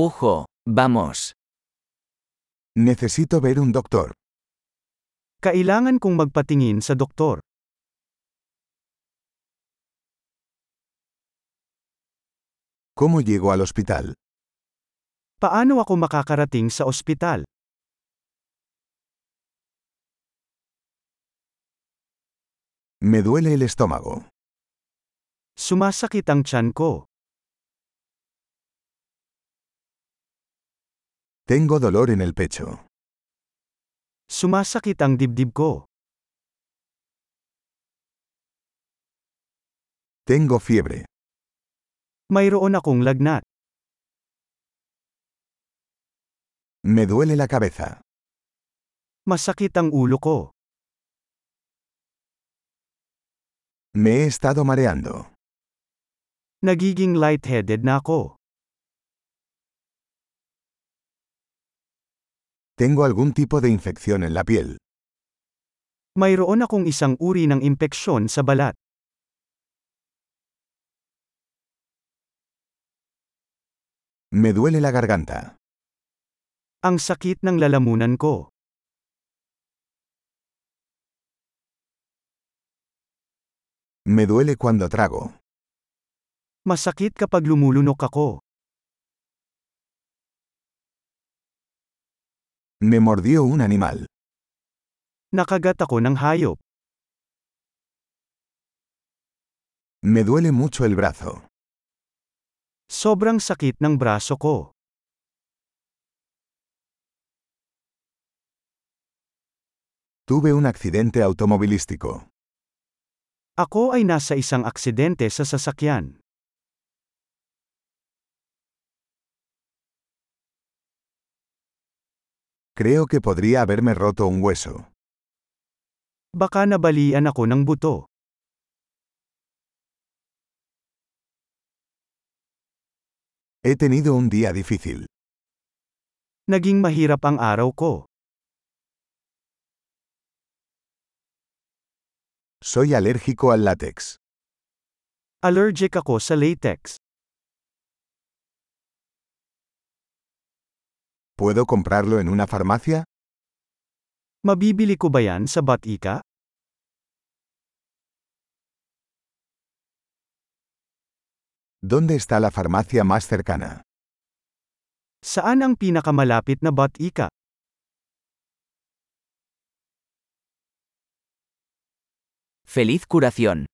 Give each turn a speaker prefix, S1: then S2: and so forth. S1: Ujo, vamos.
S2: Necesito ver un doctor.
S3: Kailangan kong magpatingin sa doktor.
S2: ¿Cómo llego al hospital?
S3: Paano ako makakarating sa ospital?
S2: Me duele el estómago.
S3: Sumasakit ang tiyan ko.
S2: Tengo dolor en el pecho.
S3: Sumasakit ang dibdib ko.
S2: Tengo fiebre.
S3: Mayroon akong lagnat.
S2: Me duele la cabeza.
S3: Masakit ang ulo ko.
S2: Me he estado mareando.
S3: Nagiging lightheaded na ako.
S2: Tengo algún tipo de infección en la piel.
S3: Mayroon akong isang uri ng impeksyon sa balat.
S2: Me duele la garganta.
S3: Ang sakit ng lalamunan ko.
S2: Me duele cuando trago.
S3: Masakit kapag lumulunok ako.
S2: Me mordió un animal.
S3: Nakagat ako ng hayop.
S2: Me duele mucho el brazo.
S3: Sobrang sakit ng braso ko.
S2: Tuve un accidente automovilístico.
S3: Ako ay nasa isang aksidente sa sasakyan.
S2: Creo que podría haberme roto un hueso.
S3: Baka nabalian ako ng buto.
S2: He tenido un día difícil.
S3: Naging mahirap ang araw ko.
S2: Soy alérgico al látex.
S3: Allergic ako sa latex.
S2: ¿Puedo comprarlo en una farmacia?
S3: Mabibili ko ba yan sa Batika?
S2: ¿Dónde está la farmacia más cercana?
S3: Saan ang pinakamalapit na Batika?
S1: Feliz curación.